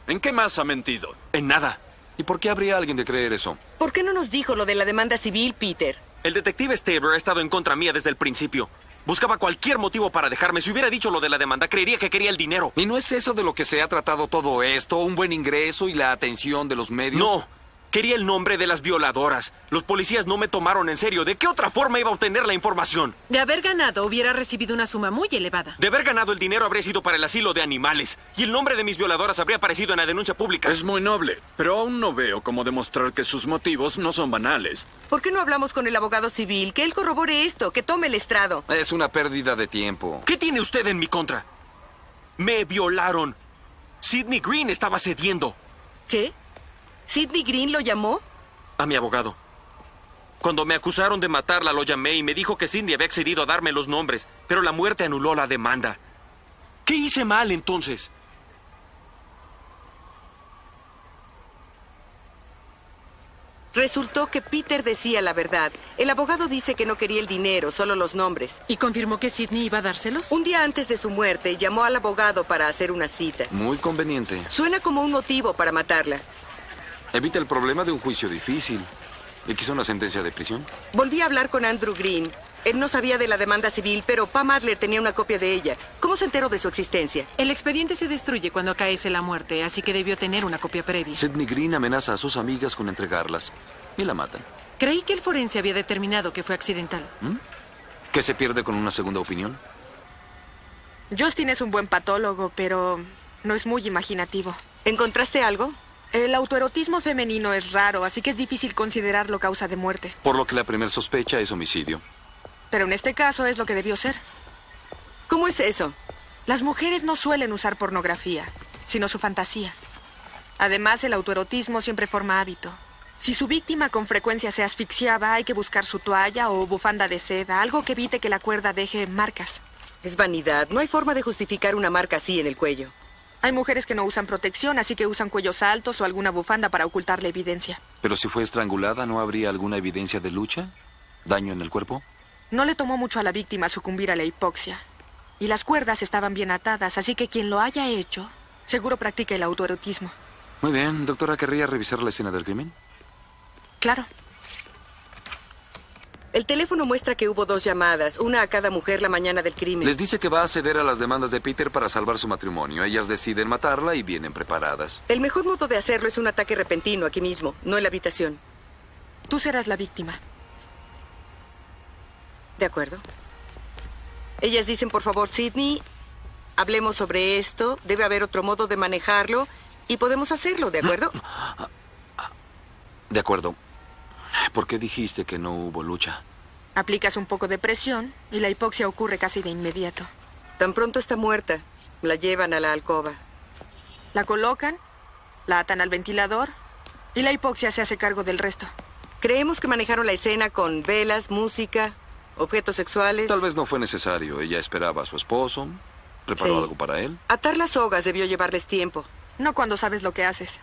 Speaker 23: ¿En qué más ha mentido?
Speaker 13: En nada.
Speaker 27: ¿Y por qué habría alguien de creer eso?
Speaker 4: ¿Por qué no nos dijo lo de la demanda civil, Peter?
Speaker 13: El detective Staber ha estado en contra mía desde el principio. Buscaba cualquier motivo para dejarme. Si hubiera dicho lo de la demanda, creería que quería el dinero.
Speaker 2: ¿Y no es eso de lo que se ha tratado todo esto? ¿Un buen ingreso y la atención de los medios?
Speaker 13: No. Quería el nombre de las violadoras. Los policías no me tomaron en serio. ¿De qué otra forma iba a obtener la información?
Speaker 14: De haber ganado, hubiera recibido una suma muy elevada.
Speaker 13: De haber ganado el dinero habría sido para el asilo de animales. Y el nombre de mis violadoras habría aparecido en la denuncia pública.
Speaker 23: Es muy noble, pero aún no veo cómo demostrar que sus motivos no son banales.
Speaker 4: ¿Por qué no hablamos con el abogado civil? Que él corrobore esto, que tome el estrado.
Speaker 2: Es una pérdida de tiempo.
Speaker 13: ¿Qué tiene usted en mi contra? Me violaron. Sidney Green estaba cediendo.
Speaker 4: ¿Qué? ¿Sidney Green lo llamó?
Speaker 13: A mi abogado. Cuando me acusaron de matarla, lo llamé y me dijo que Cindy había accedido a darme los nombres, pero la muerte anuló la demanda. ¿Qué hice mal entonces?
Speaker 4: Resultó que Peter decía la verdad. El abogado dice que no quería el dinero, solo los nombres.
Speaker 14: ¿Y confirmó que Sidney iba a dárselos?
Speaker 4: Un día antes de su muerte, llamó al abogado para hacer una cita.
Speaker 2: Muy conveniente.
Speaker 4: Suena como un motivo para matarla.
Speaker 2: Evita el problema de un juicio difícil. ¿Y quiso una sentencia de prisión?
Speaker 4: Volví a hablar con Andrew Green.
Speaker 18: Él no sabía de la demanda civil, pero Pam Adler tenía una copia de ella. ¿Cómo se enteró de su existencia?
Speaker 14: El expediente se destruye cuando acaece la muerte, así que debió tener una copia previa.
Speaker 2: Sidney Green amenaza a sus amigas con entregarlas y la matan.
Speaker 14: Creí que el forense había determinado que fue accidental.
Speaker 2: ¿Qué se pierde con una segunda opinión?
Speaker 7: Justin es un buen patólogo, pero no es muy imaginativo.
Speaker 18: ¿Encontraste algo?
Speaker 7: El autoerotismo femenino es raro, así que es difícil considerarlo causa de muerte.
Speaker 2: Por lo que la primer sospecha es homicidio.
Speaker 7: Pero en este caso es lo que debió ser.
Speaker 18: ¿Cómo es eso?
Speaker 7: Las mujeres no suelen usar pornografía, sino su fantasía. Además, el autoerotismo siempre forma hábito. Si su víctima con frecuencia se asfixiaba, hay que buscar su toalla o bufanda de seda, algo que evite que la cuerda deje marcas.
Speaker 18: Es vanidad. No hay forma de justificar una marca así en el cuello.
Speaker 7: Hay mujeres que no usan protección, así que usan cuellos altos o alguna bufanda para ocultar la evidencia.
Speaker 2: Pero si fue estrangulada, ¿no habría alguna evidencia de lucha? ¿Daño en el cuerpo?
Speaker 7: No le tomó mucho a la víctima sucumbir a la hipoxia. Y las cuerdas estaban bien atadas, así que quien lo haya hecho, seguro practica el autoerotismo.
Speaker 2: Muy bien, doctora, ¿querría revisar la escena del crimen?
Speaker 7: Claro.
Speaker 18: El teléfono muestra que hubo dos llamadas, una a cada mujer la mañana del crimen.
Speaker 2: Les dice que va a ceder a las demandas de Peter para salvar su matrimonio. Ellas deciden matarla y vienen preparadas.
Speaker 18: El mejor modo de hacerlo es un ataque repentino aquí mismo, no en la habitación.
Speaker 7: Tú serás la víctima.
Speaker 18: De acuerdo. Ellas dicen, por favor, Sidney, hablemos sobre esto, debe haber otro modo de manejarlo y podemos hacerlo, ¿de acuerdo?
Speaker 2: De acuerdo. ¿Por qué dijiste que no hubo lucha?
Speaker 7: Aplicas un poco de presión y la hipoxia ocurre casi de inmediato.
Speaker 18: Tan pronto está muerta, la llevan a la alcoba.
Speaker 7: La colocan, la atan al ventilador y la hipoxia se hace cargo del resto.
Speaker 18: Creemos que manejaron la escena con velas, música, objetos sexuales.
Speaker 2: Tal vez no fue necesario. Ella esperaba a su esposo, preparó
Speaker 18: Sí.
Speaker 2: algo para él.
Speaker 18: Atar las sogas debió llevarles tiempo.
Speaker 7: No cuando sabes lo que haces.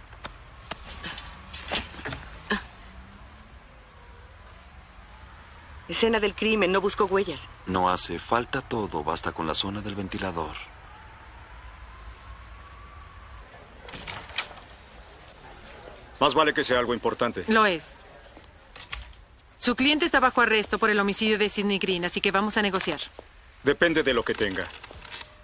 Speaker 18: Escena del crimen, no buscó huellas.
Speaker 2: No hace falta todo, basta con la zona del ventilador.
Speaker 20: Más vale que sea algo importante.
Speaker 14: Lo es. Su cliente está bajo arresto por el homicidio de Sidney Green, así que vamos a negociar.
Speaker 20: Depende de lo que tenga.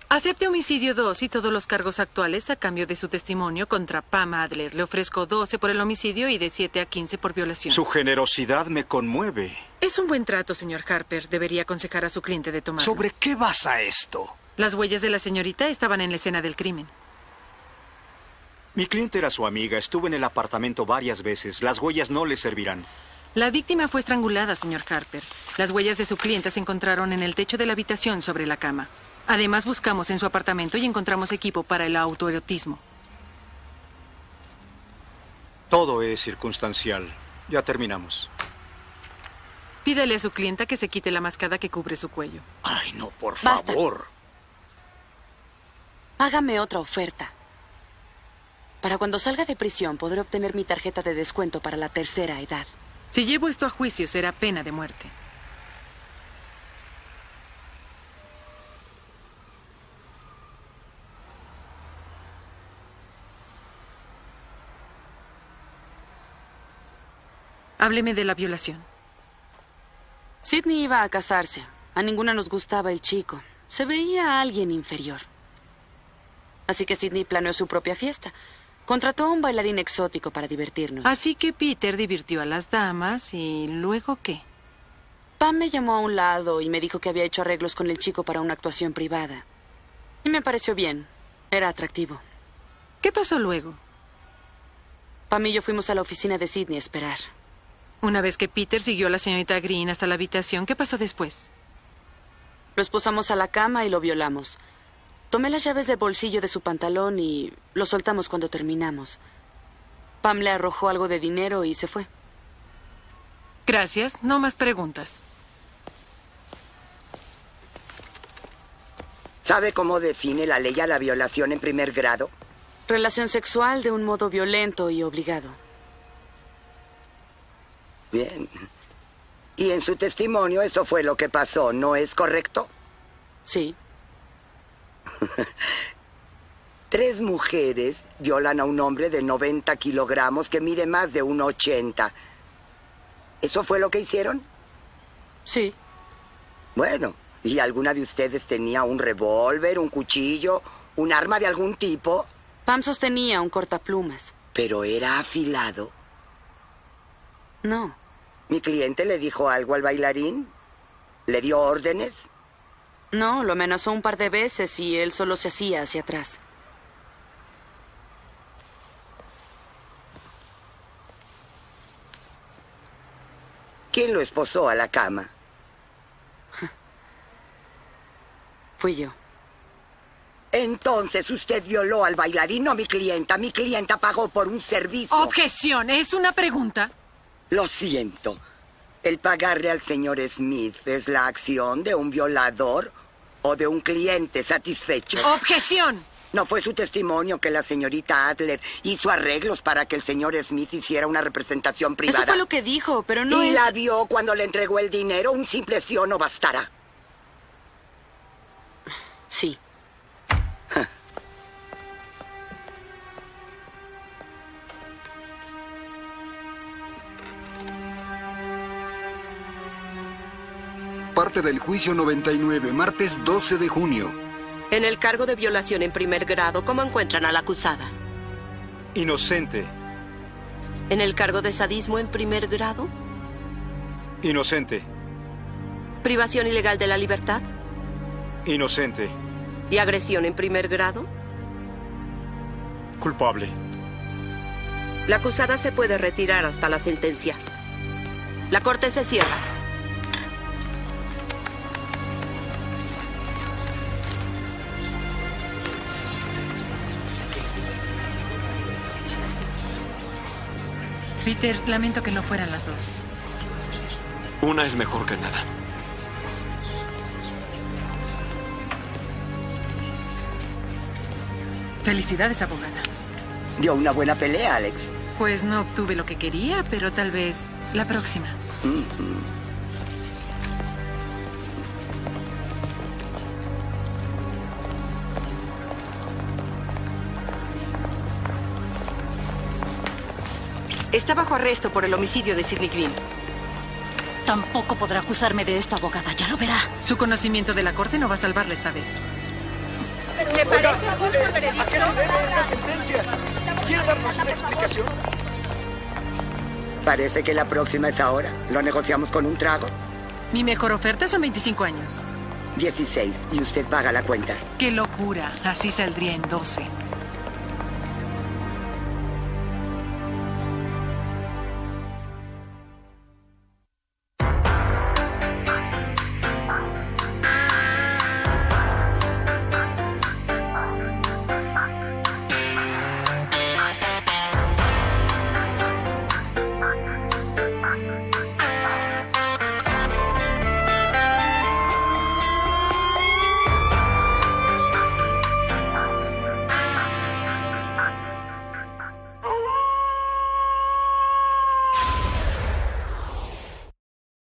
Speaker 14: Acepte homicidio 2 y todos los cargos actuales a cambio de su testimonio contra Pam Adler. Le ofrezco 12 por el homicidio y de 7 a 15 por violación.
Speaker 20: Su generosidad me conmueve.
Speaker 14: Es un buen trato, señor Harper. Debería aconsejar a su cliente de tomarlo.
Speaker 20: ¿Sobre qué basa esto?
Speaker 14: Las huellas de la señorita estaban en la escena del crimen.
Speaker 20: Mi cliente era su amiga, estuve en el apartamento varias veces. Las huellas no le servirán.
Speaker 14: La víctima fue estrangulada, señor Harper. Las huellas de su cliente se encontraron en el techo de la habitación sobre la cama. Además, buscamos en su apartamento y encontramos equipo para el autoerotismo.
Speaker 20: Todo es circunstancial. Ya terminamos.
Speaker 14: Pídale a su clienta que se quite la mascada que cubre su cuello.
Speaker 20: Ay, no, por
Speaker 12: Basta.
Speaker 20: favor.
Speaker 12: Hágame otra oferta. Para cuando salga de prisión podré obtener mi tarjeta de descuento para la tercera edad.
Speaker 14: Si llevo esto a juicio, será pena de muerte. Hábleme de la violación.
Speaker 12: Sidney iba a casarse. A ninguna nos gustaba el chico. Se veía a alguien inferior. Así que Sidney planeó su propia fiesta. Contrató a un bailarín exótico para divertirnos.
Speaker 14: Así que Peter divirtió a las damas y luego qué.
Speaker 12: Pam me llamó a un lado y me dijo que había hecho arreglos con el chico para una actuación privada. Y me pareció bien. Era atractivo.
Speaker 14: ¿Qué pasó luego?
Speaker 12: Pam y yo fuimos a la oficina de Sidney a esperar.
Speaker 14: Una vez que Peter siguió a la señorita Green hasta la habitación, ¿qué pasó después?
Speaker 12: Lo esposamos a la cama y lo violamos. Tomé las llaves del bolsillo de su pantalón y lo soltamos cuando terminamos. Pam le arrojó algo de dinero y se fue.
Speaker 14: Gracias, no más preguntas.
Speaker 19: ¿Sabe cómo define la ley a la violación en primer grado?
Speaker 12: Relación sexual de un modo violento y obligado.
Speaker 19: Bien. Y en su testimonio eso fue lo que pasó, ¿no es correcto?
Speaker 12: Sí.
Speaker 19: Tres mujeres violan a un hombre de 90 kilogramos que mide más de 1,80. ¿Eso fue lo que hicieron?
Speaker 12: Sí.
Speaker 19: Bueno, ¿y alguna de ustedes tenía un revólver, un cuchillo, un arma de algún tipo?
Speaker 12: Pam sostenía un cortaplumas.
Speaker 19: Pero era afilado.
Speaker 12: No.
Speaker 19: ¿Mi cliente le dijo algo al bailarín? ¿Le dio órdenes?
Speaker 12: No, lo amenazó un par de veces y él solo se hacía hacia atrás.
Speaker 19: ¿Quién lo esposó a la cama?
Speaker 12: Fui yo.
Speaker 19: Entonces usted violó al bailarín, no mi clienta. Mi clienta pagó por un servicio.
Speaker 14: Objeción, es una pregunta.
Speaker 19: Lo siento. El pagarle al señor Smith es la acción de un violador o de un cliente satisfecho.
Speaker 14: Objeción.
Speaker 19: No fue su testimonio que la señorita Adler hizo arreglos para que el señor Smith hiciera una representación privada.
Speaker 12: Eso fue lo que dijo, pero no
Speaker 19: y
Speaker 12: es...
Speaker 19: la vio cuando le entregó el dinero. Un simple sí o no bastará.
Speaker 12: Sí.
Speaker 5: Parte del juicio 99, martes 12 de junio.
Speaker 1: En el cargo de violación en primer grado, ¿cómo encuentran a la acusada?
Speaker 20: Inocente.
Speaker 1: En el cargo de sadismo en primer grado,
Speaker 20: Inocente.
Speaker 1: privación ilegal de la libertad
Speaker 20: Inocente.
Speaker 1: y agresión en primer grado,
Speaker 20: Culpable.
Speaker 1: la acusada se puede retirar hasta la sentencia. La corte se cierra.
Speaker 14: Peter, lamento que no fueran las dos.
Speaker 13: Una es mejor que nada.
Speaker 14: Felicidades, abogada.
Speaker 19: Dio una buena pelea, Alex.
Speaker 14: Pues no obtuve lo que quería, pero tal vez la próxima.
Speaker 18: Está bajo arresto por el homicidio de Sidney Green.
Speaker 9: Tampoco podrá acusarme de esto, abogada. Ya lo verá.
Speaker 14: Su conocimiento de la corte no va a salvarla esta vez.
Speaker 15: ¿Le parece justo el veredicto? ¿A qué se debe esta sentencia? ¿Quiere darnos una explicación?
Speaker 19: Parece que la próxima es ahora. Lo negociamos con un trago.
Speaker 14: Mi mejor oferta son 25 años.
Speaker 19: 16. Y usted paga la cuenta.
Speaker 14: ¡Qué locura! Así saldría en 12.